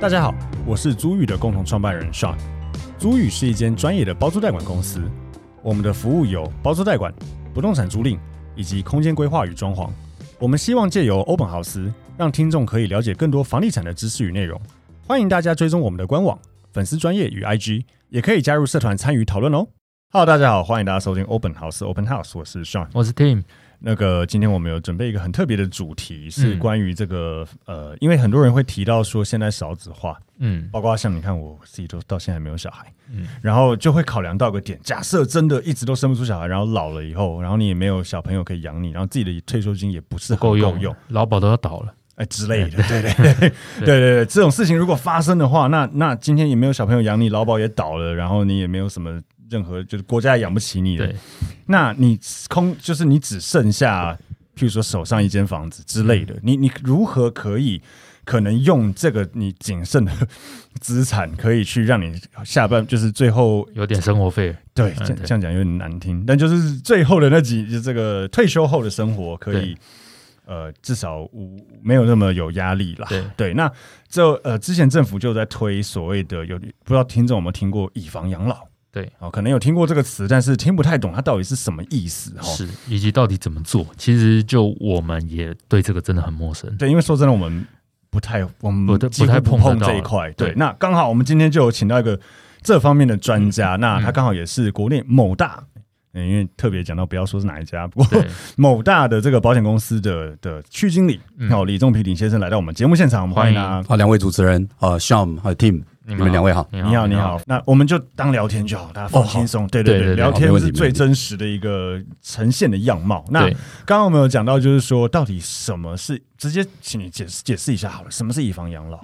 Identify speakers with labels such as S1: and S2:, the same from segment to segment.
S1: 大家好，我是租宇的共同创办人 Sean。租宇是一间专业的包租代管公司，我们的服务有包租代管、不动产租赁以及空间规划与装潢。我们希望借由欧本豪斯，让听众可以了解更多房地产的知识与内容。欢迎大家追踪我们的官网、粉丝专业与 IG，也可以加入社团参与讨论哦。Hello，大家好，欢迎大家收听欧本豪斯 Open House，我是 Sean。
S2: 我是 Tim，
S1: 那个今天我们有准备一个很特别的主题，是
S2: 嗯
S1: 关于这个、呃，因为很多人会提到说现在少子化，
S2: 嗯
S1: 包括像你看我自己都到现在还没有小孩，
S2: 嗯
S1: 然后就会考量到一个点，假设真的一直都生不出小孩，然后老了以后，然后你也没有小朋友可以养你，然后自己的退休金也不是很
S2: 够
S1: 用
S2: 用，，劳保都要倒了，
S1: 哎之类的，对 对对对对对，这种事情如果发生的话，那那今天也没有小朋友养你，劳保也倒了，然后你也没有什么任何，就是国家也养不起你了，
S2: 对，
S1: 那你空就是你只剩下，譬如说手上一间房子之类的，你你如何可以可能用这个你仅剩的资产，可以去让你下半就是最后
S2: 有点生活费，
S1: 对
S2: 嗯
S1: 这
S2: 对
S1: 这样讲有点难听，但就是最后的那几就这个退休后的生活可以。呃，至少无没有那么有压力啦。
S2: 对
S1: 那这呃，之前政府就在推所谓的有不知道听众有没有听过以房养老
S2: 对，
S1: 哦，可能有听过这个词，但是听不太懂它到底是什么意思哦。
S2: 是，以及到底怎么做，其实就我们也对这个真的很陌 生，
S1: 对，因为说真的，我们不太我们
S2: 不太
S1: 几乎
S2: 不太
S1: 不
S2: 碰
S1: 碰
S2: 得到
S1: 这一块。
S2: 对嗯
S1: 对，那刚好我们今天就有请到一个这方面的专家，那他刚好也是国内某大。嗯，因为特别讲到不要说是哪一家，不过
S2: 对
S1: 某大的这个保险公司的的区经理，
S2: 嗯
S1: 哦，李仲平李先生来到我们节目现场，我们欢迎他。
S3: 啊好，两位主持人，呃，Sham 和 Tim，
S2: 你
S3: 你们两位好，哦
S2: 你
S1: 你好，你好，，那我们就当聊天就好，大家放轻松。对
S2: 对
S1: 对，
S2: 对对
S1: 聊
S3: 好没
S1: 天
S3: 问题
S1: 是
S3: 没
S1: 最
S3: 问题
S1: 真实的一个呈现的样貌。那
S2: 对
S1: 刚刚我们有讲到，就是说到底什么是直接，请你解释解释一下好了，什么是以房养老？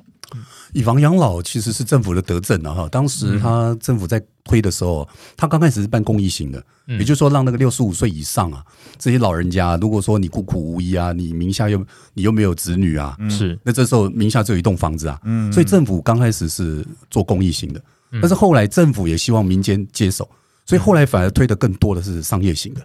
S3: 以房养老其实是政府的德政啊，哈。当
S1: 嗯
S3: 时他政府在推的时候，他刚开始是办公益型的，
S1: 嗯
S3: 也就是说让那个六十五岁以上啊，这些老人家，如果说你孤苦无依啊，你名下又你又没有子女啊，
S2: 是
S3: 那这时候名下只有一栋房子啊，
S1: 嗯
S3: 所以政府刚开始是做公益型的，但是后来政府也希望民间接手，所以后来反而推的更多的是商业型的，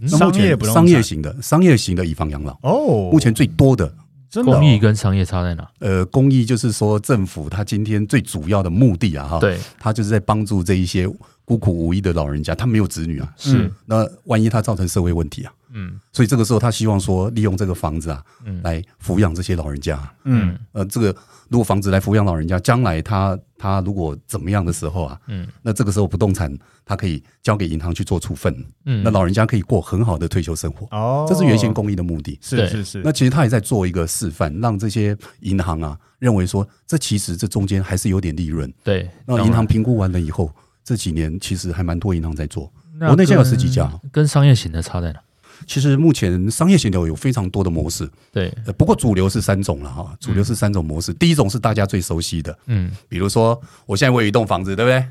S3: 那目
S1: 嗯商
S3: 前
S1: 业不动产
S3: 商业型的商业型的以房养老，
S1: 哦，
S3: 目前最多的
S1: 真的哦
S2: 公益跟商业差在哪？
S3: 呃，公益就是说，政府它今天最主要的目的啊，哈，，
S2: 对，
S3: 它就是在帮助这一些孤苦无依的老人家，他没有子女啊，
S2: 是，
S3: 那万一他造成社会问题啊，
S2: 嗯
S3: 所以这个时候他希望说，利用这个房子啊，
S2: 嗯
S3: 来抚养这些老人家啊。
S1: 嗯
S3: 呃，这个如果房子来抚养老人家，将来他他如果怎么样的时候啊，
S2: 嗯
S3: 那这个时候不动产他可以交给银行去做处分，
S2: 嗯，
S3: 那老人家可以过很好的退休生活，
S1: 哦，
S3: 这是原先公益的目的。
S1: 是
S2: 对
S1: 是是，
S3: 那其实他也在做一个示范，让这些银行啊认为说，这其实这中间还是有点利润。
S2: 对，
S3: 那
S2: 当
S3: 银
S2: 然
S3: 行评估完了以后，这几年其实还蛮多银行在做。
S2: 那
S3: 国内现在有
S2: 跟
S3: 十几家，
S2: 跟商业型的差在哪？
S3: 其实目前商业型的有非常多的模式，
S2: 对，
S3: 呃，不过主流是三种了哈，主流是三种模式。第一种是大家最熟悉的，
S2: 嗯
S3: 比如说我现在我有一栋房子，对不对？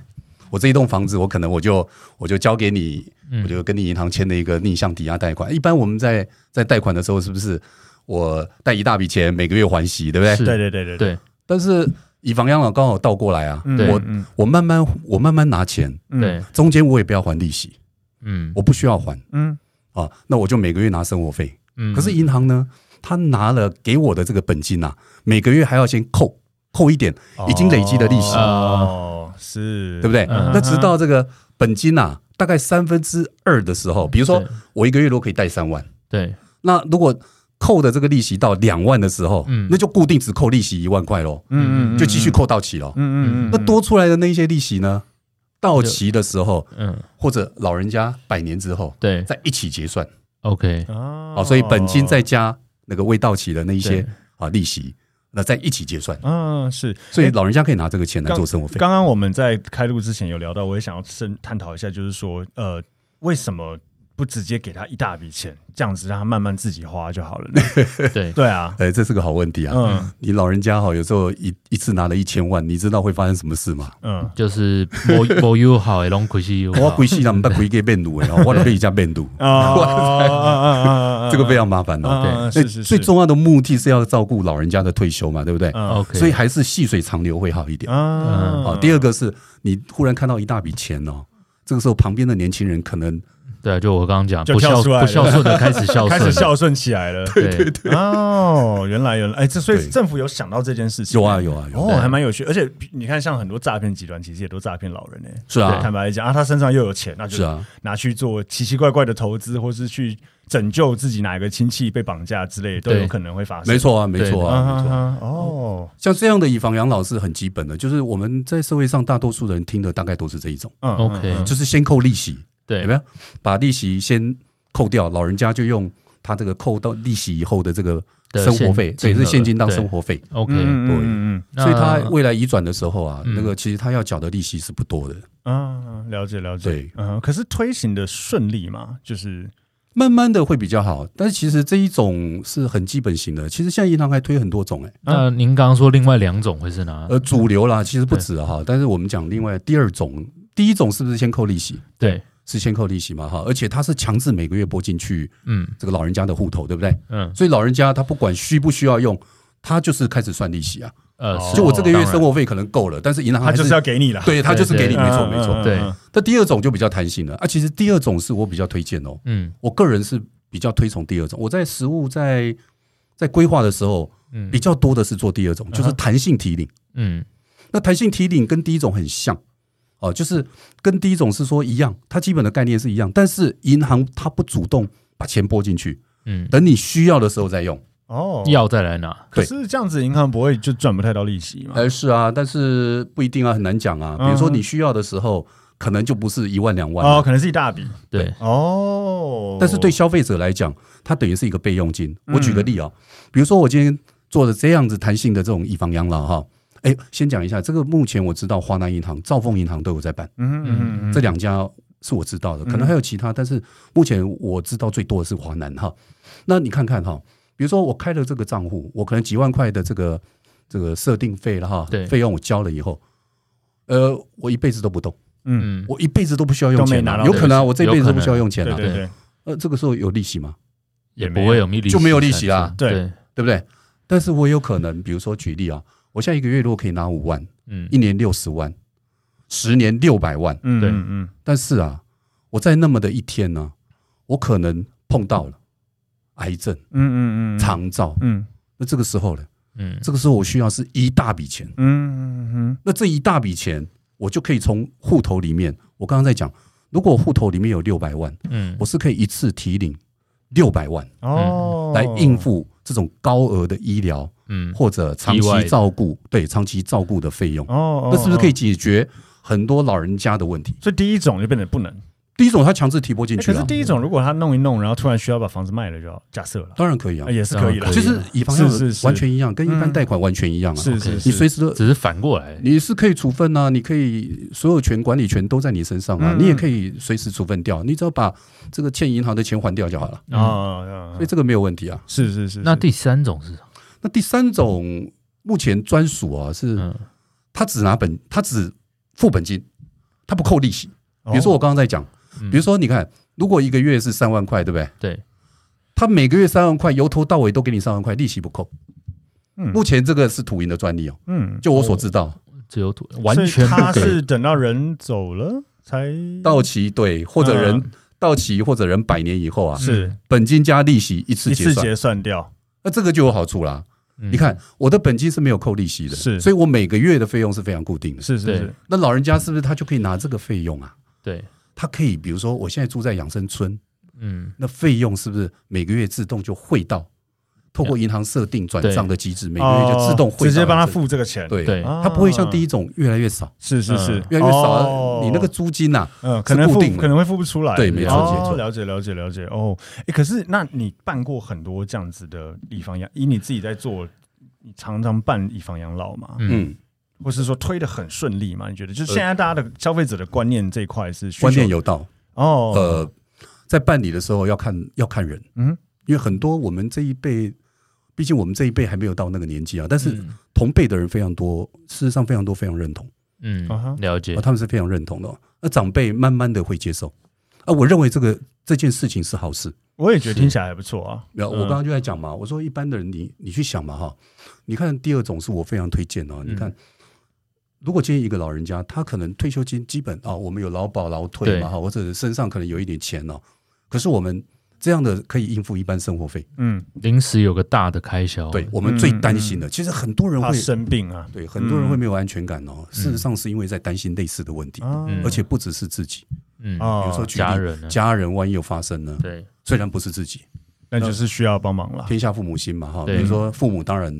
S3: 我这一栋房子，我可能我就我就交给你，
S2: 嗯
S3: 我就跟你银行签了一个逆向抵押贷款。一般我们在在贷款的时候，是不是我贷一大笔钱，每个月还息，对不对？
S2: 是
S1: 对对对对，
S2: 对
S3: 但是以房养老刚好倒过来啊，
S1: 嗯
S2: 对
S3: 我
S1: 嗯
S3: 我慢慢我慢慢拿钱，
S1: 嗯
S2: 对，
S3: 中间我也不要还利息，
S2: 嗯
S3: 我不需要还
S1: 嗯
S3: 啊，那我就每个月拿生活费。
S2: 嗯，
S3: 可是银行呢，他拿了给我的这个本金啊，每个月还要先扣扣一点，已经累积的利息，
S1: 哦，是，
S3: 对不对？
S2: 嗯
S3: 那直到这个本金啊，大概三分之二的时候，比如说
S2: 嗯对
S3: 我一个月如果可以贷三万，
S2: 对，
S3: 那如果扣的这个利息到两万的时候，
S2: 嗯
S3: 那就固定只扣利息一万块喽，
S1: 嗯嗯，
S3: 就继续扣到期喽。
S1: 嗯，嗯嗯嗯，
S3: 那多出来的那些利息呢，到期的时候
S2: 嗯
S3: 或者老人家百年之后
S2: 对
S3: 再一起结算
S2: ，OK，
S1: 哦
S3: 啊，所以本金再加那个未到期的那一
S2: 对
S3: 些
S1: 哦
S3: 啊利息，那再一起结算，
S1: 嗯是，
S3: 所以老人家可以拿这个钱来
S1: 刚
S3: 做生活费。
S1: 刚刚我们在开录之前有聊到，我也想要深探讨一下，就是说呃，为什么不直接给他一大笔钱，这样子让他慢慢自己花就好 了呢？
S2: 对，
S1: 对啊，
S3: 哎，这是个好问题啊！
S1: 嗯
S3: 你老人家哈，有时候一一次拿了一千万，你知道会发生什么事吗？
S1: 嗯，
S2: 就是无无友好，会拢亏是有
S3: 我
S2: 好，
S3: 规西人不规给变毒哎， 我可以加变毒，
S1: 嗯啊
S3: 这个非常麻烦哦。
S1: 啊，
S3: 那
S1: 是是
S3: 最重要的目的是要照顾老人家的退休嘛，对不对？
S1: 啊
S2: 哦 OK，
S3: 所以还是细水长流会好一点。
S1: 啊
S3: 哦，第二个是你忽然看到一大笔钱哦，这个时候旁边的年轻人可能
S2: 对啊，就我刚刚讲，
S1: 就
S2: 不
S1: 跳
S2: 孝
S1: 出来了
S2: 不孝顺的开始孝 顺，
S1: 开始孝顺起来 了。
S2: 对对
S1: 哦，原来原来，哎，这所以
S3: 对
S1: 政府有想到这件事情，
S3: 有啊有啊有啊，
S1: 哦，还蛮有趣，而且你看，像很多诈骗集团其实也都诈骗老人呢、
S3: 是啊
S1: 坦白讲啊，他身上又有钱，那就是
S3: 啊，
S1: 拿去做奇奇怪怪的投资，或是去拯救自己哪个亲戚被绑架之类，都
S2: 对
S1: 有可能会发生。
S3: 没，错啊没
S2: 嗯
S3: 错
S1: 啊
S3: 啊
S1: 哈
S3: 没错啊。
S1: 哈，哦，
S3: 像这样的以房养老是很基本的，就是我们在社会上大多数人听的大概都是这一种，
S1: 嗯
S2: OK
S1: 嗯嗯
S3: 就是先扣利息，有没
S2: 对
S3: 有？把利息先扣掉，老人家就用他这个扣到利息以后的这个
S2: 的
S3: 生活
S2: 现
S3: 费，
S2: 金
S3: 对，是
S2: 额
S3: 现金当
S2: 对
S3: 生活费。
S2: ，OK，
S1: 嗯
S3: 对
S1: 嗯
S2: 那
S3: 所以他未来移转的时候啊，
S2: 嗯
S3: 那个其实他要缴的利息是不多的。
S1: 嗯啊，了解了解，
S3: 对
S1: 嗯，可是推行的顺利嘛，就是
S3: 慢慢的会比较好，但是其实这一种是很基本型的。其实现在银行还推很多种、欸，
S2: 那您刚刚说另外两种会是
S1: 啊
S2: 哪？
S3: 呃，主流啦，其实不止啊哈。但是我们讲另外第二种，第一种是不是先扣利息？
S2: 对，
S3: 是先扣利息嘛哈，而且它是强制每个月拨进去
S2: 嗯
S3: 这个老人家的户头，对不对？
S2: 嗯
S3: 所以老人家他不管需不需要用，他就是开始算利息啊。
S2: 呃，是
S3: 就我这个
S1: 哦当
S3: 月
S1: 然
S3: 生活费可能够了，但是银行
S1: 他
S3: 啊还
S1: 就是要给你了，
S3: 对他就是给你，
S1: 嗯，
S2: 对
S3: 没错没
S1: 嗯
S3: 错。
S2: 对
S1: 嗯
S3: 那第二种就比较弹性了啊。其实第二种是我比较推荐哦，
S2: 嗯
S3: 我个人是比较推崇第二种。我在实物在在规划的时候，
S2: 嗯
S3: 比较多的是做第二种，就是弹性提领。
S2: 嗯
S3: 那弹性提领跟第一种很像，哦、就是跟第一种是说一样，它基本的概念是一样，但是银行它不主动把钱拨进去，
S2: 嗯，
S3: 等你需要的时候再用。
S1: 哦，
S2: 要再来拿，
S1: 可是这样子银行不会就赚不太到利息嘛？
S3: 呃，是啊，但是不一定啊，很难讲啊。比如说你需要的时候，可能就不是一万两万
S1: 嗯
S3: 啊
S1: 哦，可能是一大笔
S2: 对，
S1: 哦，
S3: 但是对消费者来讲，它等于是一个备用金。
S1: 嗯
S3: 我举个例啊、比如说我今天做的这样子弹性的这种以房养老哈，哎，先讲一下，这个目前我知道华南银行、兆丰银行都有在办，
S1: 嗯嗯嗯嗯，
S3: 这两家是我知道的，可能还有其他，但是目前我知道最多的是华南哈。那你看看哈，比如说我开了这个账户，我可能几万块的这个这个设定费了哈
S2: 对，
S3: 费用我交了以后，呃，我一辈子都不动，
S1: 嗯
S2: 嗯
S3: 我一辈子都不需要用
S1: 都没
S3: 钱、
S1: 拿
S3: 啊，
S1: 到
S3: 有可能啊，我这一辈子
S2: 有可
S3: 都
S2: 能
S3: 不需要用钱
S1: 对
S3: 啊。
S1: 对对，
S3: 呃，这个时候有利息吗？
S2: 也不会有利息
S3: 就没有利息啊
S2: 产生
S1: 对
S2: 对，
S3: 对不对？但是我有可能，比如说举例啊，我现在一个月如果可以拿五万，
S2: 嗯
S3: 一年六十万，十年六百万，
S1: 嗯
S2: 对
S1: 嗯嗯，
S3: 但是啊，我在那么的一天呢、我可能碰到了癌症、
S1: 嗯嗯嗯，
S3: 肠照，
S1: 嗯，
S3: 那这个时候呢，
S2: 嗯
S3: 这个时候我需要是一大笔钱，
S1: 嗯嗯嗯
S3: 那这一大笔钱我就可以从户头里面，我刚刚在讲，如果户头里面有六百万，
S2: 嗯
S3: 我是可以一次提领六百万
S1: 嗯，哦，
S3: 来应付这种高额的医疗
S2: 嗯，
S3: 或者长
S2: 意外
S3: 期
S2: 的
S3: 照顾，对长期照顾的费用，
S1: 哦，
S3: 那是不是可以
S1: 哦？
S3: 解决很多老人家的问题？
S1: 所以第一种就变得不能，
S3: 第一种，他强制提拨进
S1: 欸
S3: 去
S1: 可是
S3: 啊，
S1: 第一种如果他弄一弄，然后突然需要把房子卖了，就要假设了，
S3: 当然可以啊
S1: 啊，也是可以
S2: 当
S1: 的，
S2: 然可
S3: 其
S2: 以
S3: 实以房养
S1: 是是是
S3: 完全一样，跟一般
S1: 嗯
S3: 贷款完全一样啊，
S1: 是
S2: OK，
S1: 是，
S3: 你
S1: 是
S3: 随时都。
S2: 只是反过来，
S3: 你是可以处分啊，你可以所有权管理权都在你身上啊，
S1: 嗯
S3: 你也可以随时处分掉，你只要把这个欠银行的钱还掉就好了，
S1: 啊啊，啊
S3: 所以这个没有问题啊。
S1: 是是是，
S2: 那
S1: 是
S2: 第三种是什么？
S3: 那第三种目前专属啊是，
S2: 嗯
S3: 他只拿本，他只付本金，他不扣利息。比如说我
S1: 哦
S3: 刚刚在讲，
S2: 嗯
S3: 比如说你看，如果一个月是三万块，对不对？
S2: 对，
S3: 他每个月三万块，由头到尾都给你三万块，利息不扣。
S1: 嗯
S3: 目前这个是土银的专利哦，
S1: 嗯，
S3: 就我所知道，
S2: 只有土完全
S1: 所以他
S2: 不给
S1: 是等到人走了才
S3: 到期对，或者人、到期或者人百年以后啊，
S1: 嗯是
S3: 本金加利息一次
S1: 一
S3: 结
S1: 次
S3: 算，
S1: 结算掉，
S3: 那这个就有好处啦。
S2: 嗯
S3: 你看我的本金是没有扣利息的，
S1: 是
S3: 所以我每个月的费用是非常固定的。
S1: 是是
S2: 对
S1: 是，
S3: 那老人家是不是他就可以拿这个费用啊？
S2: 对，
S3: 他可以，比如说我现在住在养生村，
S2: 嗯
S3: 那费用是不是每个月自动就汇到？透过银行设定转账的机制，每个月就自动
S1: 哦
S3: 汇到
S1: 直接帮他
S3: 养生
S1: 付这个钱，
S3: 对
S2: 对
S1: 啊
S3: 它不会像第一种越来越少，
S1: 是是是，
S3: 越来越少，
S1: 哦
S3: 你那个租金呐、啊
S1: 嗯，可能
S3: 固
S1: 付
S3: 定的
S1: 可能会付不出来。
S3: 对没错
S1: 哦
S3: 没错
S1: 了解了解了解。哦，诶可是那你办过很多这样子的以房养，以你自己在做，你常常办以房养老嘛，
S2: 嗯
S3: 嗯，
S1: 或是说推的很顺利嘛？你觉得就是现在大家的消费者的观念这一块是需求
S3: 呃观念有道。
S1: 哦，
S3: 呃，在办理的时候要看要看人，
S1: 嗯
S3: 嗯，因为很多我们这一辈，毕竟我们这一辈还没有到那个年纪啊，但是
S2: 嗯
S3: 同辈的人非常多，事实上非常多非常认同，
S1: 啊哈
S2: 嗯，了解
S3: 啊，，他们是非常认同的哦。那长辈慢慢的会接受，啊，我认为这个这件事情是好事。
S1: 我也觉得听起来还不错啊。
S3: 然后我刚刚就在讲嘛，我说一般的人你，你去想嘛哈，你看第二种是我非常推荐的、哦，你看，如果建议一个老人家，他可能退休金基本啊、我们有劳保、劳退嘛哈，或者身上可能有一点钱哦，可是我们这样的可以应付一般生活费，
S1: 嗯，
S2: 临时有个大的开销，
S3: 对，我们最担心的，其实很多人
S1: 怕
S3: 会
S1: 生病啊，
S3: 对很多人会没有安全感哦。事实上是因为在担心类似的问题，
S1: 啊，
S2: 嗯
S3: 而且不只是自己，
S2: 嗯，
S1: 哦
S3: 比如说举例
S2: 家人呢？
S3: 家人万一有发生呢，
S2: 对，
S3: 虽然不是自己，
S1: 那就是需要帮忙了。
S3: 天下父母心嘛哈。比
S2: 对
S3: 如说父母当然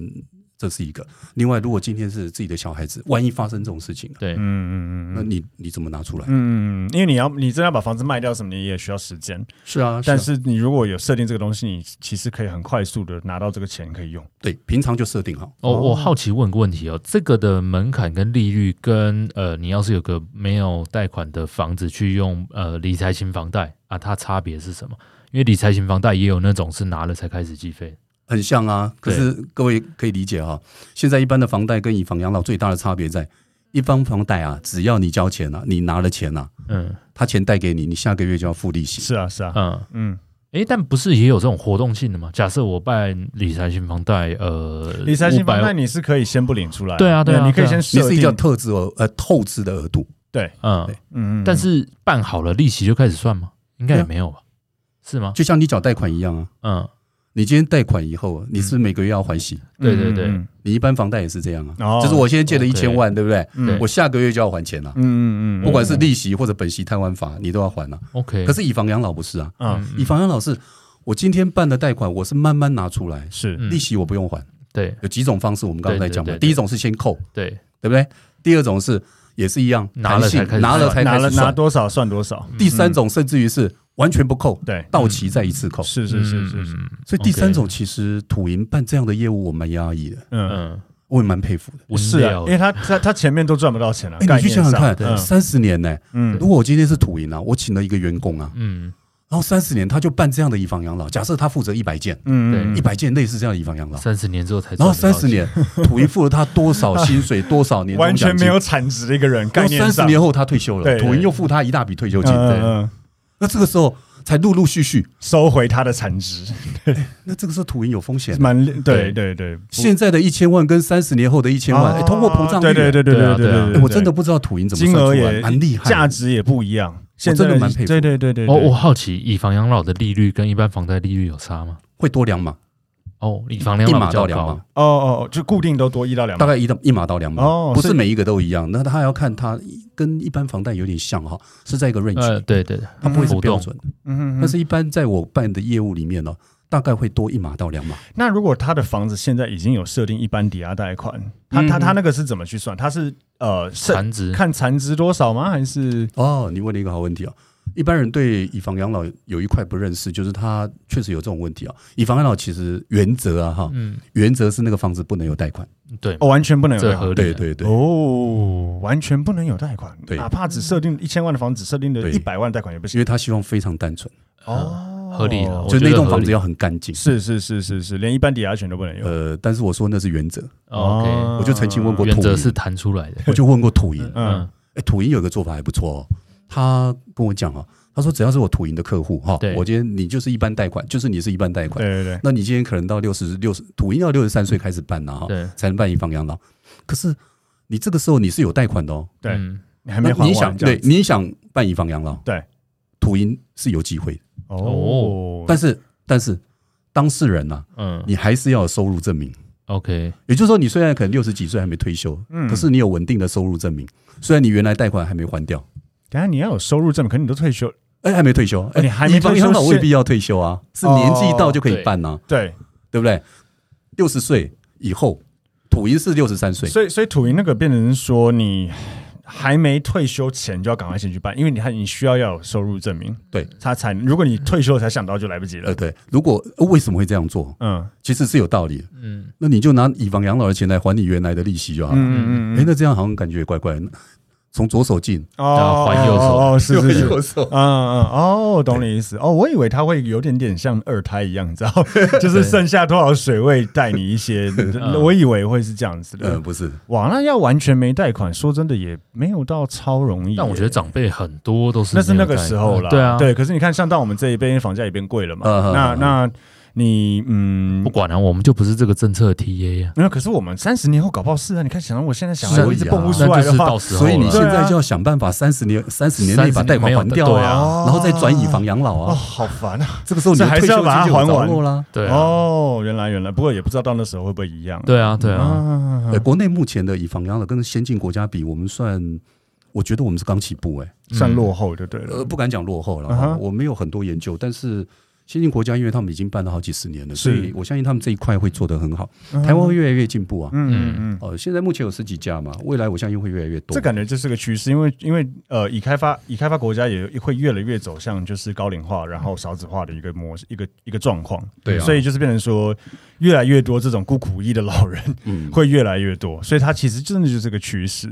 S3: 这是一个，另外如果今天是自己的小孩子，万一发生这种事情了，
S2: 对，
S1: 嗯嗯嗯
S3: 那
S1: 嗯
S3: 你你怎么拿出来？
S1: 嗯，嗯因为你要你真的要把房子卖掉什么，你也需要时间。
S3: 是啊，
S1: 但
S3: 啊
S1: 是你如果有设定这个东西，你其实可以很快速的拿到这个钱可以用。
S3: 对，平常就设定好。
S2: 哦，我好奇问个问题哦，这个的门槛跟利率跟呃，你要是有个没有贷款的房子去用呃理财型房贷啊，它差别是什么？因为理财型房贷也有那种是拿了才开始计费，
S3: 很像啊，可是各位可以理解哈、现在一般的房贷跟以房养老最大的差别在，一般房贷啊，只要你交钱啊，你拿了钱啊，
S2: 嗯
S3: 他钱贷给你，你下个月就要付利息。
S1: 是啊，是啊，
S2: 嗯，
S1: 嗯，
S2: 诶，但不是也有这种活动性的吗？假设我办理财型房贷，呃，
S1: 理财型房贷
S2: 500，
S1: 你是可以先不领出来，
S2: 对啊对啊
S1: 你可以
S2: 对
S1: 先
S2: 啊
S3: 你
S1: 设
S3: 是
S1: 定
S3: 一叫，透支额，呃，透支的额度，
S1: 对，
S2: 嗯，
S3: 对
S1: 嗯嗯，
S2: 但是办好了利息就开始算吗？应该
S3: 对
S2: 也
S3: 啊
S2: 没有吧？是吗？
S3: 就像你缴贷款一样啊。
S2: 嗯，
S3: 你今天贷款以后，啊你是不是每个月要还息，
S2: 对对对
S1: 嗯
S3: 你一般房贷也是这样啊。
S1: 哦
S3: 就是我现在借了一
S2: OK
S3: 千万，对不对？
S1: 嗯
S2: 对
S3: 我下个月就要还钱啊，
S1: 嗯嗯嗯，
S3: 不管是利息或者本息摊完法，你都要还啊。
S2: ，OK，嗯
S3: 可是以房养老不是啊，
S1: 啊
S3: 以房养老是我今天办的贷款，我是慢慢拿出来，
S1: 是
S2: 嗯
S3: 利息我不用还。
S2: 对
S3: 有几种方式，我们刚刚在讲
S2: 对对对
S3: 嘛。第一种是先扣，
S2: 对，
S3: 对不对？第二种是也是一样，
S2: 拿了才
S3: 弹
S2: 开
S3: 性
S2: 始
S3: 拿了才
S1: 拿
S3: 开
S1: 了
S3: 始
S1: 拿
S3: 算。嗯
S1: 多少算多少，
S3: 第三种甚至于是完全不扣，
S1: 对，
S3: 到期再一次扣。
S1: 是是是是是，
S2: 嗯
S3: 所以第三种其实土银办这样的业务，我蛮压抑的，
S1: 嗯，
S2: 嗯，
S3: 我也蛮佩服的。
S2: 不
S1: 是啊，因为他他他前面都赚不到钱了，
S3: 哎，你去
S1: 概念
S3: 想
S1: 上
S3: 想看，
S1: 嗯
S3: 三十年呢？
S1: 嗯
S3: 如果我今天是土银啊，我请了一个员工啊，
S2: 嗯，
S3: 然后三十年他就办这样的以房养老，假设他负责一百件，
S1: 嗯
S3: 一
S1: 嗯
S3: 百件类似这样的以房养老，
S2: 三十年之后才，
S3: 然后三
S2: 哦
S3: 十，年土银付了他多少薪 水，多少
S1: 嗯，
S3: 年终
S1: 完全
S3: 奖
S1: 没
S3: 金
S1: 有产值的一个人，概
S3: 然
S1: 念
S3: 后三十
S1: 上，
S3: 年后他退休了，
S1: 对
S3: 土银又付他一大笔退休金，
S1: 嗯
S3: 对
S1: 嗯嗯
S3: 那这个时候才陆陆续续，
S1: 收回它的产值，
S3: 那这个时候土银有风险。
S1: 蛮对对对，不
S3: 现在的一千万跟三十年后的一千万，
S1: 啊
S3: 哎通货膨胀
S1: 对
S3: 率，
S1: 对对对
S2: 对
S1: 对
S2: 啊
S1: 对
S2: 对
S1: 对
S2: 啊
S3: 哎
S1: 对，
S3: 我真的不知道土银怎么
S1: 金
S3: 算出
S1: 额
S3: 来，
S1: 也
S3: 蛮厉害
S1: 价
S3: 的。
S1: 值也不一样，现在
S3: 真的蛮佩服
S1: 对对对对，
S2: 哦，
S1: 对
S2: 我好奇，以房养老的利率跟一般房贷利率有差吗？
S3: 会多两码，
S2: 哦，以房养
S3: 一
S2: 老
S3: 码
S2: 比
S3: 到
S2: 较
S3: 两
S2: 高
S3: 码，，
S1: 哦哦，就固定都多一到两
S3: 大
S1: 万，
S3: 概一到一码到两码
S1: 哦，
S3: 不是
S1: 所以
S3: 每一个都一样。那他要看他跟一般房贷有点像哈，是在一个 range，
S2: 呃，
S3: 里
S2: 对对，对
S3: 它不会是
S2: 浮
S3: 标
S2: 动
S3: 准的。
S1: 嗯
S3: 但是，一般在我办的业务里面呢，大概会多一码到两码。
S1: 那如果他的房子现在已经有设定一般抵押贷款，他他
S3: 嗯
S1: 他那个是怎么去算？他是呃，是
S2: 残值，
S1: 看残值多少吗？还是
S3: 哦，你问了一个好问题哦。一般人对以房养老有一块不认识，就是它确实有这种问题啊、以房养老其实原则啊，哈，
S2: 嗯，
S3: 原则是那个房子不能有贷款。
S2: 对，
S1: 哦完全不能有
S2: 这
S1: 贷款
S2: 合
S3: 对
S2: 理，，
S3: 对对，
S1: 哦，完全不能有贷款，
S3: 对嗯
S1: 哪怕只设定一千万的房子，设定的
S3: 对
S1: 一百万贷款也不
S3: 因
S1: 行。
S3: 为他希望非常单纯，
S1: 哦，
S2: 合理了我
S3: 就
S2: 觉
S3: 那
S2: 得
S3: 栋
S2: 合
S3: 房
S2: 理
S3: 子要很干净。
S1: 是是是是是，连一般抵押权都不能有。
S3: 呃，但是我说那是原则，
S1: 嗯
S2: 哦
S3: 我就曾经问过
S2: ，OK，
S3: 土
S2: 原则
S3: 银，
S2: 是弹出 来的，
S3: 我就问过土银，
S1: 嗯
S2: 嗯，
S3: 哎，土银有一个做法还不错哦，他跟我讲哦，他说只要是我土银的客户哈
S2: 对，
S3: 我今天你就是一般贷款，就是你是一般贷款，
S1: 对对对，
S3: 那你今天可能到六十六十，土银要六十三岁开始办了哈，
S2: 嗯对，
S3: 才能办以房养老。可是你这个时候你是有贷款的哦，
S1: 对
S2: 嗯
S1: 你还没
S3: 那
S1: 还完
S3: 你想
S1: 这样
S3: 对，你想办以房养老，
S1: 对，
S3: 土银是有机会的，
S1: 哦，
S3: 嗯但是但是当事人呐、
S2: 嗯
S3: 你还是要有收入证明。
S2: ，OK，
S3: 也就是说，你虽然可能六十几岁还没退休，
S1: 嗯
S3: 可是你有稳定的收入证明，虽然你原来贷款还没还掉，
S1: 等下你要有收入证明，可你都退休，
S3: 哎，还没退休，
S1: 哦
S3: 哎，
S1: 你还没
S3: 以房
S1: 退休
S3: 养老未
S1: 现
S3: 必要退休啊，是年纪到就可以
S2: 哦
S3: 办呐、啊
S1: 对，
S3: 对不对？六十岁以后，土银是六十三岁，
S1: 所以所以土银那个变成说你。还没退休前就要赶快先去办，因为你还你需要要有收入证明，
S3: 对，
S1: 他才如果你退休才想到就来不及了
S3: 呃，。对，如果呃为什么会这样做，
S1: 嗯
S3: 其实是有道理的。
S2: 嗯，
S3: 那你就拿以房养老的钱来还你原来的利息就好了。
S1: 嗯嗯
S3: 哎、那这样好像感觉也怪怪的，从左手进，
S1: 哦，
S2: 然后还右手
S1: 哦，哦 是是是，嗯
S3: 手，
S1: 嗯哦，懂你意思哦，我以为他会有点点像二胎一样，你知 道，就是剩下多少水位带你一些，
S2: 嗯
S1: 我以为会是这样子
S3: 呃，
S1: 的。
S3: 不是，
S1: 哇，那要完全没贷款，说真的也没有到超容易。
S2: 但我觉得。长辈很多都是
S1: 那是
S2: 没
S1: 那
S2: 有
S1: 个
S2: 贷
S1: 时候
S2: 款
S1: 啦，
S2: 对啊，
S1: 对。可是你看，像到我们这一辈，因为房价也变贵了嘛，
S3: 嗯嗯
S1: 那
S3: 嗯
S1: 那你嗯
S2: 不，管了、啊我们就不是这个政策的 TA 啊，
S1: 没有。可是我们三十年后搞不好是啊，你看，想到我现在小
S3: 是
S1: 孩
S3: 啊
S1: 我一直蹦不出
S2: 那
S1: 来
S2: 就
S1: 的
S2: 是
S1: 话
S2: 到，时候
S3: 所以你
S2: 了
S3: 现在就要想办法三十年三十年内把贷款还掉
S2: 30年没有的对
S1: 啊
S3: 然后再转以房养老
S1: 哦，
S3: 啊。
S1: 好烦 啊！
S3: 这个时候你的
S1: 这还是
S3: 退休
S1: 要把它
S3: 金就有
S1: 还
S3: 着
S1: 完
S3: 落啦。
S2: 对啊，
S1: 哦，原来原来，不过也不知道到那时候会不会一样。
S2: 对啊，对啊，
S1: 啊
S3: 呃，，国内目前的以房养老跟先进国家比，我们算，我觉得我们是刚起步哎、
S1: 算落后就对
S3: 呃，
S1: 了。
S3: 不敢讲落后了
S1: 嗯
S3: 哈、
S1: 哼
S3: 我没有很多研究，但是先进国家因为他们已经办了好几十年了，所
S1: 是嗯
S3: 以我相信他们这一块会做得很好，台湾会越来越进步啊。
S1: 嗯嗯嗯，
S3: 呃，现在目前有十几家嘛，未来我相信会越来越多。
S1: 这感觉就是个趋势，因为因为呃，已开发已开发国家也会越来越走向就是高龄化，然后少子化的一个模式，一个一个状况。
S3: 对啊
S1: 所以就是变成说，越来越多这种孤苦无依的老人
S3: 嗯，
S1: 会越来越多，所以它其实真的就是个趋势。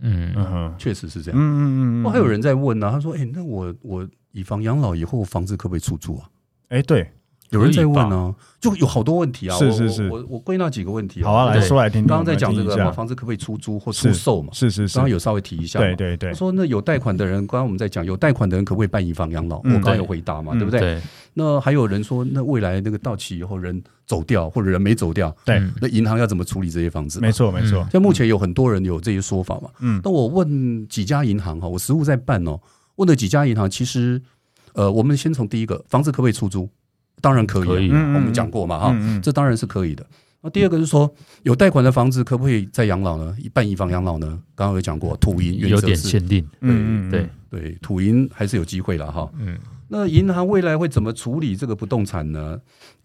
S2: 嗯
S1: 嗯哼，
S3: 确实是这样。
S1: 嗯嗯嗯
S3: 哦，还有人在问呢、他说：“哎、那我我以房养老以后，房子可不可以出租啊
S1: 哎，对，？”
S3: 有人在问
S1: 可以吧
S3: 呢、就有好多问题啊。
S1: 是
S3: 我
S1: 是是
S3: 我我我归纳几个问题、啊。
S1: 好啊，来
S2: 对
S1: 说来听听。
S3: 刚刚在讲这
S1: 我
S3: 个
S1: 们听一下
S3: 房子可不可以出租或
S1: 是
S3: 出售嘛？
S1: 是是是
S3: 刚，刚有稍微提一下嘛，
S1: 对对对
S3: 他，说那有贷款的人，刚刚我们在讲有贷款的人可不可以办以房养老？
S1: 嗯
S3: 我刚刚
S2: 对
S3: 有回答嘛，
S1: 嗯
S3: 对不对？
S2: 对
S3: 那还有人说，那未来那个到期以后人走掉或者人没走掉，
S1: 对，
S2: 嗯
S3: 那银行要怎么处理这些房子？
S1: 没。错没错，
S3: 像目前有很多人有这些说法嘛。
S1: 嗯
S3: 那我问几家银行哈，我实务在办哦，问了几家银行，其实呃，我们先从第一个，房子可不可以出租？当然可以啊，
S2: 可以
S1: 嗯嗯
S3: 我们讲过嘛哈，
S1: 嗯嗯
S3: 这当然是可以的。那第二个是说，有贷款的房子可不可以再养老呢？一半以房养老呢？刚刚有讲过，土银原
S2: 有
S3: 则
S2: 点
S3: 是
S2: 限定，
S1: 嗯嗯，
S2: 对，
S3: 对，土银还是有机会了哈。
S2: 嗯，
S3: 那银行未来会怎么处理这个不动产呢？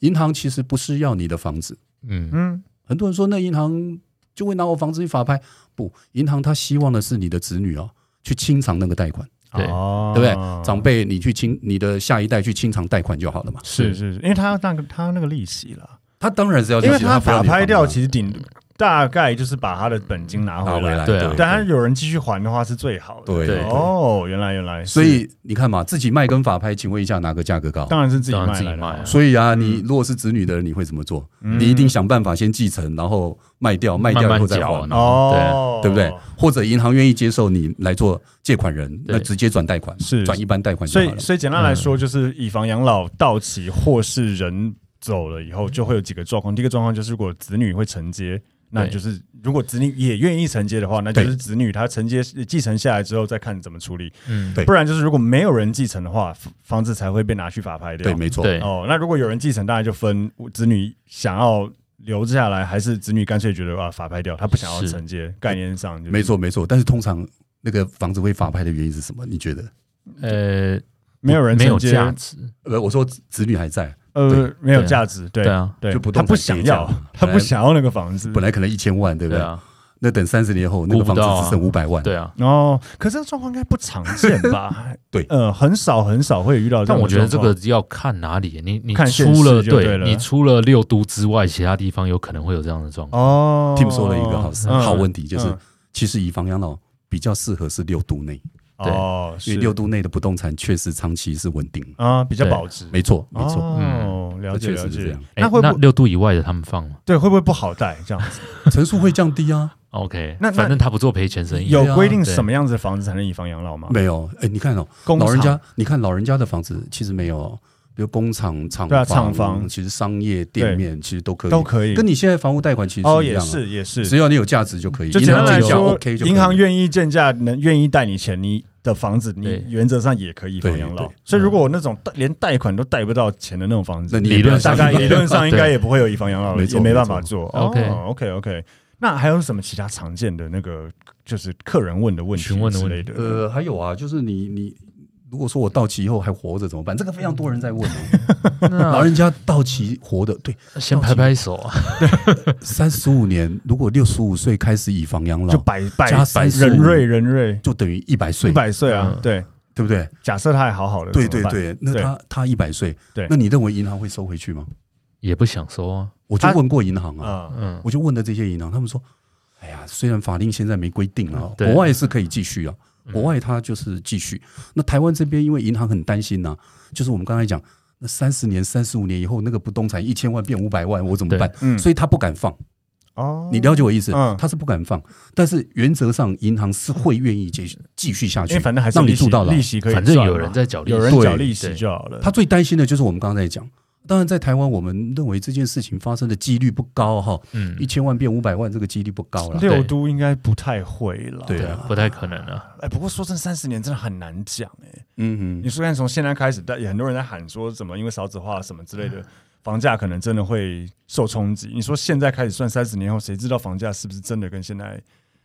S3: 银行其实不是要你的房子，
S2: 嗯，
S1: 嗯
S3: 很多人说那银行就会拿我房子去法拍，不，银行他希望的是你的子女啊、去清偿那个贷款，
S2: 对
S1: 哦
S3: 对不对？
S2: 啊
S3: 长辈你去清你的下一代去清偿贷款就好了嘛。
S1: 是是，是因为他那个他那个利息啦，
S3: 他当然是要去
S1: 因为
S3: 清
S1: 他
S3: 偿，不要
S1: 法
S3: 你的
S1: 拍掉，
S3: 房子
S1: 其实顶大概就是把他的本金拿
S3: 啊
S1: 回
S3: 拿回
S1: 来，
S3: 来，
S2: 对啊
S1: 但他有人继续还的话是最好的。
S3: 对
S2: 对
S1: 哦，原来原来，
S3: 所
S1: 是
S3: 以你看嘛，自己卖跟法拍，请问一下哪个价格高？
S1: 当然是自己
S2: 当然
S1: 卖
S2: 自己
S1: 来的
S2: 卖
S1: 嘛
S2: 啊
S3: 所以啊，你如果是子女的人，你会怎么做？你一定想办法先继承，然后卖掉，卖掉以
S2: 慢啊
S3: 后
S2: 慢
S3: 再
S2: 缴
S3: 还
S2: 完，
S1: 哦，
S3: 对不对？或者银行愿意接受你来做借款人，
S2: 对
S3: 那直接转贷款，
S1: 是
S3: 转一般贷款就
S1: 所
S3: 好
S1: 以
S3: 了。嗯
S1: 所以简单来说，就是以房养老到期或是人走了以
S3: 嗯
S1: 后，就会有几个状况。第一个状况就是，如果子女会承接。那
S2: 对
S1: 就是，如果子女也愿意承接的话，那就
S3: 对
S1: 是子女他承接继承下来之后再看怎么处理。
S2: 嗯，
S3: 对
S1: 不然就是如果没有人继承的话，房房子才会被拿去法拍掉。
S3: 对，没错。
S2: 对，
S1: 哦，那如果有人继承，当然就分子女想要留下来，还是子女干脆觉得啊法拍掉，他不想要
S2: 是
S1: 承接。概念上、就是，
S3: 没，错，没错。但是通常那个房子会法拍的原因是什么？你觉得？
S2: 呃，
S1: 没有人
S2: 没有
S1: 承接，
S2: 价值，
S3: 呃，我说子女还在，
S1: 呃，没有
S2: 对啊
S1: 价值，对
S2: 对啊，
S1: 对，
S3: 就不
S1: 他
S3: 动
S1: 不
S3: 产
S1: 想
S3: 跌价
S1: 要
S3: 嘛，
S1: 他
S3: 本
S1: 不
S3: 来
S1: 想要那个房子，
S3: 本来可能一千万，对不
S2: 对
S3: 对？
S2: 啊，
S3: 那等三十年后，那个
S2: 顾不
S3: 房
S2: 到啊
S3: 子只剩五百万。
S2: 对啊。
S1: 哦，可是这状况应该不常见 吧？
S3: 对
S1: 呃，很少很少会遇到。
S2: 但我觉得这个，要看哪里，你你
S1: 看
S2: 除
S1: 县市
S2: 了
S1: 就对了
S2: 你除了六都之外，其他地方有可能会有这样的状况。
S1: 哦
S3: Tim 说了一个好事，
S1: 嗯
S3: 好问题，就是
S1: 嗯
S3: 其实以房养老比较适合是六都内，
S2: 对
S1: 哦，
S3: 因
S1: 是
S3: 为六都内的不动产确实长期是稳定。
S1: 啊比较
S2: 对嗯
S1: 保值，
S3: 没错，没错，
S1: 哦，了
S3: 这
S1: 解
S3: 确
S1: 了
S3: 实是这
S1: 解
S3: 样。。
S2: 诶
S1: 那会不
S2: 那
S1: 会
S2: 六度以外的他们放吗
S1: 对会不会不好带这样子？
S3: 层数会降低 啊？
S2: ？OK，
S1: 那那
S2: 反正他不做赔钱生意。
S1: 有
S3: 对啊
S1: 规定
S2: 对
S1: 什么样子的房子才能以房养老吗？
S3: 没有，哎，你看哦，
S1: 工
S3: 老人
S1: 厂
S3: 家，你看老人家的房子其实没有哦，比如工厂、厂
S1: 对啊
S3: 房、
S1: 厂房
S3: 其实商业店面其实都可以，
S1: 都可以，
S3: 跟你现在房屋贷款其实
S1: 哦
S3: 是一
S1: 也
S3: 样啊，
S1: 是也是，
S3: 只要你有价值就可以，
S1: 就
S3: 银
S1: 简单
S3: 行
S1: 来
S3: 建价
S1: 说
S3: OK，就可以
S1: 银行愿意建价能愿意贷你钱，你的房子你
S2: 对
S1: 原则上也可以放养老
S3: 对对。
S1: 所以如果我那种贷连贷款都贷不到钱的那种房子，
S3: 那你
S2: 理论
S1: 大
S2: 上
S1: 概理论上应该
S2: 对
S1: 也不会有以房养老，
S3: 没
S1: 也
S3: 错
S1: 没办法做。
S2: 错 OK
S1: OK OK，那还有什么其他常见的那个就是客人问的问题
S2: 询问的
S1: 之
S2: 问
S1: 类
S2: 题
S1: 的？
S3: 呃，还有啊，就是你你。如果说我到期以后还活着怎么办？这个非常多人在问哦、 老
S2: 那
S3: 人家到期活的，对，
S2: 先拍拍手啊，
S3: 三十五年，如果六十五岁开始以房养老，
S1: 就百百
S3: 加
S1: 百
S3: 35
S1: 人瑞人瑞
S3: 就等于一百岁
S1: 一，百岁啊
S2: 嗯，
S1: 对，
S3: 对不对？
S1: 假设他还好好的，
S3: 对
S1: 怎
S3: 对
S1: 么办，
S3: 对，那他他一百岁，
S1: 对
S3: 那你认为银行会收回去吗？
S2: 也不想收啊。
S3: 我就问过银行啊，
S1: 啊，
S2: 嗯，
S3: 我就问了这些银行，他们说，哎呀，虽然法令现在没规定啊，
S2: 对
S3: 国外是可以继续啊，
S1: 嗯
S3: 国外它就是继续。那台湾这边因为银行很担心呐、就是我们刚才讲，那三十年、三十五年以后，那个不动产一千万变五百万，我怎么办？
S1: 嗯，
S3: 所以他不敢放，
S1: 哦，
S3: 你了解我意思？
S1: 嗯
S3: 他是不敢放，但是原则上银行是会愿意继续继续
S1: 嗯
S3: 下
S1: 因
S3: 去
S1: 为。反正还是
S3: 让你
S1: 利息
S3: 住到老
S1: 利息可以
S2: 反
S1: 赚嘛，
S2: 正有人在缴利息，
S1: 有人
S3: 对
S1: 缴利息
S2: 对
S1: 就好了。
S3: 他最担心的就是我们刚才讲，当然，在台湾，我们认为这件事情发生的几率不高哈，
S2: 嗯
S3: 一，千万变五百万这个几率不高了。
S2: 对
S1: 六都应该不太会了。
S3: 对
S2: 对啊，不太可能啊。
S1: 哎，不过说真，三十年真的很难讲哎、
S3: 嗯
S1: 你说看从现在开始，但也很多人在喊说什么因为少子化什么之类
S2: 嗯
S1: 的，房价可能真的会受冲击。你说现在开始算三十年后，谁知道房价是不是真的跟现在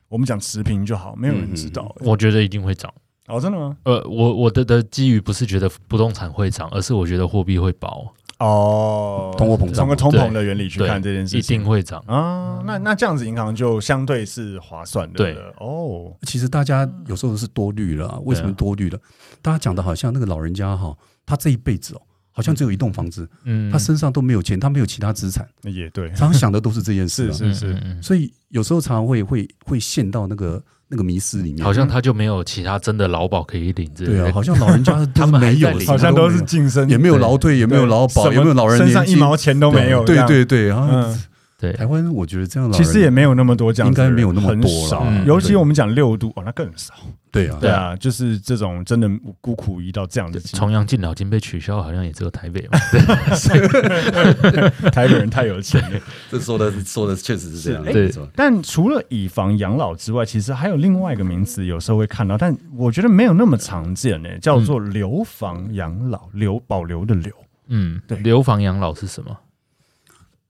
S1: 我们讲持平就好？没有人知道、欸。
S2: 我觉得一定会涨。
S1: 哦，真的吗？
S2: 呃，我我的的基于不是觉得不动产会涨，而是我觉得货币会保，
S1: 哦，
S3: 通货膨胀
S1: 从个通膨的原理去
S2: 对
S1: 看这件事
S2: 一
S1: 情
S2: 定会涨。
S1: 啊。那那这样子，银行就相对是划算的。
S2: 对
S1: 不哦，
S3: 其实大家有时候是多虑了啊，为什么多虑了？大家讲的好像那个老人家哈，他这一辈子哦，好像只有一栋房子，
S2: 嗯，
S3: 他身上都没有钱，他没有其他资产，
S1: 那也对，
S3: 常常想的都是这件事、啊。
S1: 是
S2: 嗯
S1: 是
S2: 嗯嗯
S3: 所以有时候常常会会会陷到那个那个迷失里面，
S2: 好像他就没有其他真的劳保可以领之类
S3: 对
S2: 的，
S3: 啊，好像 老人家
S2: 他们
S3: 都是没
S2: 还在
S3: 有，
S2: 领
S1: 好像都
S3: 什
S1: 是
S3: 么
S1: 晋升
S3: 没有也没有劳退，也没有劳保，
S1: 对
S3: 也没有老人
S1: 身上一
S3: 年金
S1: 毛钱都没有。
S3: 对
S1: 这样，
S3: 对对啊
S1: 嗯，。
S2: 对
S3: 台湾我觉得这样老
S1: 其
S3: 人
S1: 实也没有那么多这样子的人，
S3: 应该没有那么多啦
S1: 很少
S2: 嗯
S1: 尤其
S3: 对
S1: 我们讲六度哦，那更少。
S3: 对啊，
S1: 对啊，就是这种真的孤苦一到这样的情
S2: 重阳敬老金被取消，好像也只有台北嘛。
S1: 况，台北人太有钱了。
S3: 这说的说的确实是这样，
S1: 是
S2: 对
S3: 没错
S1: 但除了以房养老之外，其实还有另外一个名词，有时候会看到，但我觉得没有那么常见呢、叫做留房养老，留保留的留。
S2: 嗯，
S1: 对
S2: 留房养老是什么？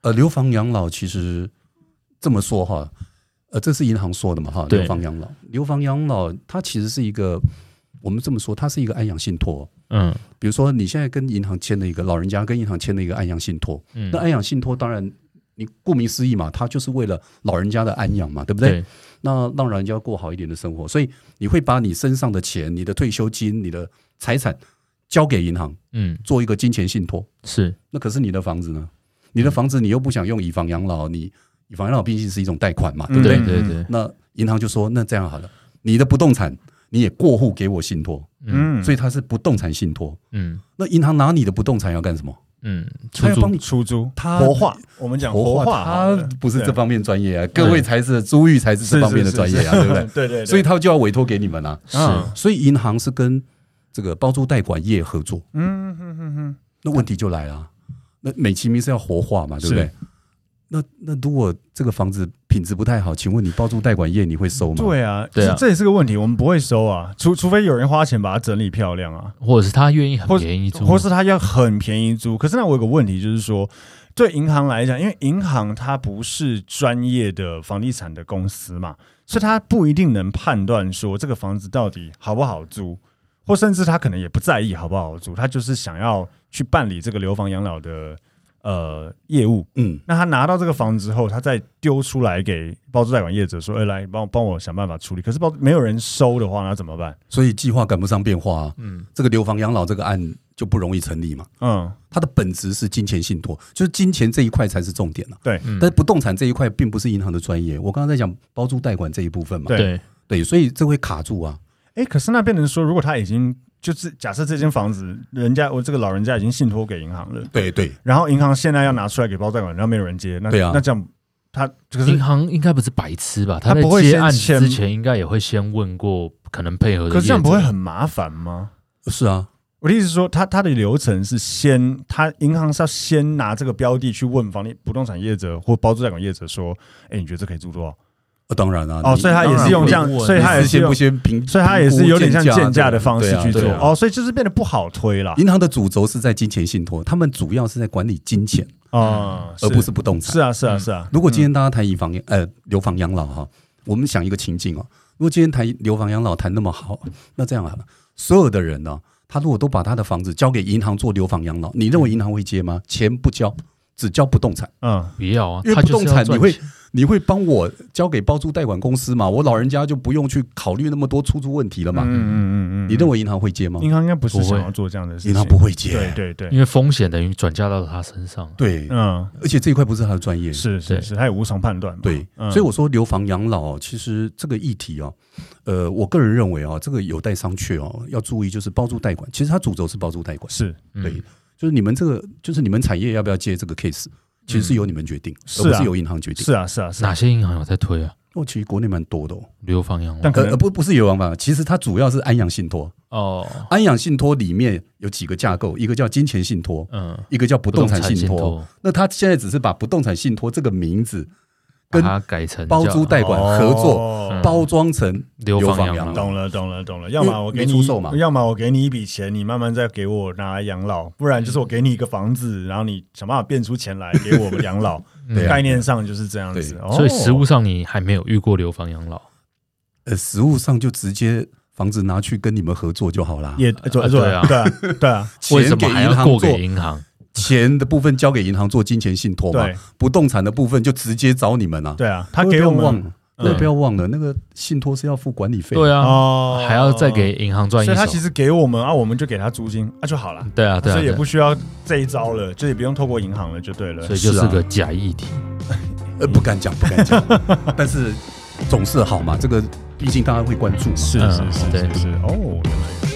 S3: 呃，流房养老其实这么说哈，呃，这是银行说的嘛哈，
S2: 对
S3: 流房养老，流房养老它其实是一个，我们这么说，它是一个安养信托。
S2: 嗯
S3: 比如说你现在跟银行签了一个老人家跟银行签了一个安养信托，
S2: 嗯
S3: 那安养信托当然你顾名思义嘛，它就是为了老人家的安养嘛，对不对？
S2: 对，
S3: 那让人家过好一点的生活，所以你会把你身上的钱、你的退休金、你的财产交给银行
S2: 嗯
S3: 做一个金钱信托。
S2: 是，
S3: 那可是你的房子
S2: 嗯
S3: 呢？你的房子你又不想用以房养老，你以房养老毕竟是一种贷款嘛，对不对？
S2: 对
S1: 嗯
S2: 对对，
S3: 那银行就说，那这样好了，你的不动产你也过户给我信托，
S2: 嗯
S3: 所以它是不动产信托。
S2: 嗯
S3: 那银行拿你的不动产要干什么？
S2: 嗯，出
S3: 他要
S2: 租
S3: 帮你
S1: 出租，
S3: 他
S1: 活化，我们讲活化好
S3: 他
S1: 了，
S3: 不是
S1: 对
S3: 这方面专业啊，各位才是朱玉才是这方面的专业啊，
S1: 是
S3: 对
S1: 是
S3: 不对？
S1: 对 对，
S3: 所以他就要委托给你们啊。
S1: 嗯
S3: 所以银行是跟这个包租代管业合作，
S1: 嗯哼哼哼，
S3: 那问题就来了，啊那美其名是要活化嘛，对不对
S1: 是？
S3: 那那如果这个房子品质不太好，请问你包租代管业你会收吗？，
S1: 对啊，
S2: 对啊
S1: 这这也是个问题，我们不会收啊，除除非有人花钱把它整理漂亮啊。
S2: 或者是他愿意很
S1: 或
S2: 便宜租，
S1: 或是他要很便宜租。可是那我有个问题，就是说，对银行来讲，因为银行它不是专业的房地产的公司嘛，所以它不一定能判断说这个房子到底好不好租，或甚至他可能也不在意好不好租，他就是想要去办理这个留房养老的呃业务。
S3: 嗯，
S1: 那他拿到这个房之后，他再丢出来给包租贷款业者说：“哎、来帮我帮我想办法处理。”可是包没有人收的话，那怎么办？
S3: 所以计划赶不上变化、啊，
S2: 嗯
S3: 这个流房养老这个案就不容易成立嘛。
S1: 嗯，
S3: 它的本质是金钱信托，就是金钱这一块才是重点啊。
S1: 对，
S2: 嗯
S3: 但是不动产这一块并不是银行的专业，我刚刚在讲包租代管这一部分嘛，
S1: 对
S2: 对
S3: 对，所以这会卡住啊。
S1: 哎，可是那变成说，如果他已经就是假设这间房子，人家我这个老人家已经信托给银行了，
S3: 对对，
S1: 然后银行现在要拿出来给包贷款，然后没有人接，那
S3: 对啊
S1: 那这样他可是
S2: 银行应该不是白痴吧？
S1: 他
S2: 在
S1: 不会
S2: 接
S1: 先
S2: 案
S1: 签
S2: 之前，应该也会先问过可能配合的。
S1: 可是这样不会？很麻烦吗？
S3: 是啊，
S1: 我的意思是说，他他的流程是先，他银行是要先拿这个标的去问房地不动产业者或包租贷款业者说，哎，你觉得这可以租多少？
S3: 呃当然啊，
S1: 哦，
S3: 你
S1: 所以他也是用这样
S2: 当然，会
S1: 所以他也
S3: 你
S1: 是
S3: 事先
S1: 用
S3: 不，先评，
S1: 所以他也是有点像
S3: 评估
S1: 贱价的方式
S3: 对啊
S1: 去做
S3: 对啊
S1: 哦，所以就是变得不好推了
S3: 银行的主轴是在金钱信托，他们主要是在管理金钱，
S1: 啊，
S3: 而不是不动产。
S1: 是啊是啊是啊，
S3: 如果今天大家谈以房呃留房养老哈，我们想一个情境哦，如果今天谈留房养老谈那么好，那这样好了，所有的人呢、哦他如果都把他的房子交给银行做留房养老，你认为银行会接吗？钱不交，只交不动产。
S1: 嗯。
S2: 不要啊，
S3: 因为
S2: 他就是
S3: 不动产
S2: 要赚
S3: 你会
S2: 钱
S3: 你会帮我交给包租代管公司嘛？我老人家就不用去考虑那么多出租问题了嘛？
S1: 嗯嗯嗯嗯，
S3: 你认为银行会接吗？
S1: 银行应该不是
S2: 不会
S1: 想要做这样的事情，
S3: 银行不会接。
S1: 对对对，
S2: 因为风险等于转嫁到他身上。
S3: 对，
S1: 嗯，
S3: 而且这一块不是他的专业，
S1: 是是
S2: 对
S1: 是，他也无从判断嘛，
S3: 对，
S1: 嗯
S3: 所以我说留房养老哦，其实这个议题哦，呃，我个人认为哦，这个有待商榷哦，要注意就是包租代管，其实它主轴是包租代管，
S1: 是
S2: 嗯
S3: 对，就是你们这个就是你们产业要不要接这个 case，其实是由你们决定，
S1: 是啊
S3: 而不是由银行决定。
S1: 是啊是啊是啊，
S2: 哪些银行有在推啊？
S3: 哦，其实国内蛮多的、哦，
S2: 流放养老
S1: 但可
S3: 呃
S1: 能
S3: 呃不不是有王吧，其实它主要是安养信托。
S2: 哦，
S3: 安养信托里面有几个架构，一个叫金钱信托，
S2: 嗯，
S3: 一个叫不
S2: 不
S3: 动产信托。，那他现在只是把不动产信托这个名字
S2: 把
S3: 跟
S2: 它改成
S3: 包租代管合作
S1: 哦
S3: 包装成
S2: 流
S3: 流
S2: 放
S3: 放
S2: 养
S3: 养
S2: 老
S3: 老
S1: 懂了，懂了，懂了。要么我给
S3: 没
S1: 你
S3: 出售嘛，
S1: 要么我给你一笔钱，你慢慢再给我拿来养老，不然就是我给你一个房子，然后你想办法变出钱来给我们养老。
S2: 嗯
S3: 对啊
S1: 概念上就是这样子
S3: 对。
S1: 哦
S2: 所以实物上你还没有遇过流放养老，
S3: 呃，实物上就直接房子拿去跟你们合作就好啦。
S1: 也对
S2: 啊对啊
S1: 对啊对 啊，
S2: 为
S3: 钱
S2: 什
S3: 给
S2: 么还
S3: 银
S2: 要
S3: 行
S2: 过
S3: 做
S2: 给，银行？
S3: 钱的部分交给银行做金钱信托嘛
S1: 对，
S3: 不动产的部分就直接找你们啊。
S1: 对啊，他
S3: 各位
S1: 给我
S3: 不要忘
S1: 们
S3: 了，各位不要忘了，那个信托是要付管理费
S2: 嗯
S3: 的。
S2: 对啊，
S1: 哦
S2: 还要再给银行赚一
S1: 所
S2: 手
S1: 以他。其实给我们啊，我们就给他租金啊就好了，
S2: 对啊，对啊，
S1: 所以也
S2: 对啊
S1: 不需要这一招了，就也不用透过银行了，就对了
S2: 所。以就是是
S3: 啊
S2: 个假议题。
S3: 呃，不敢讲，不敢讲， 但是总是好嘛，这个毕竟大家会关注嘛。
S1: 是
S2: 嗯
S1: 是是
S2: 对
S1: 是是哦，原来如此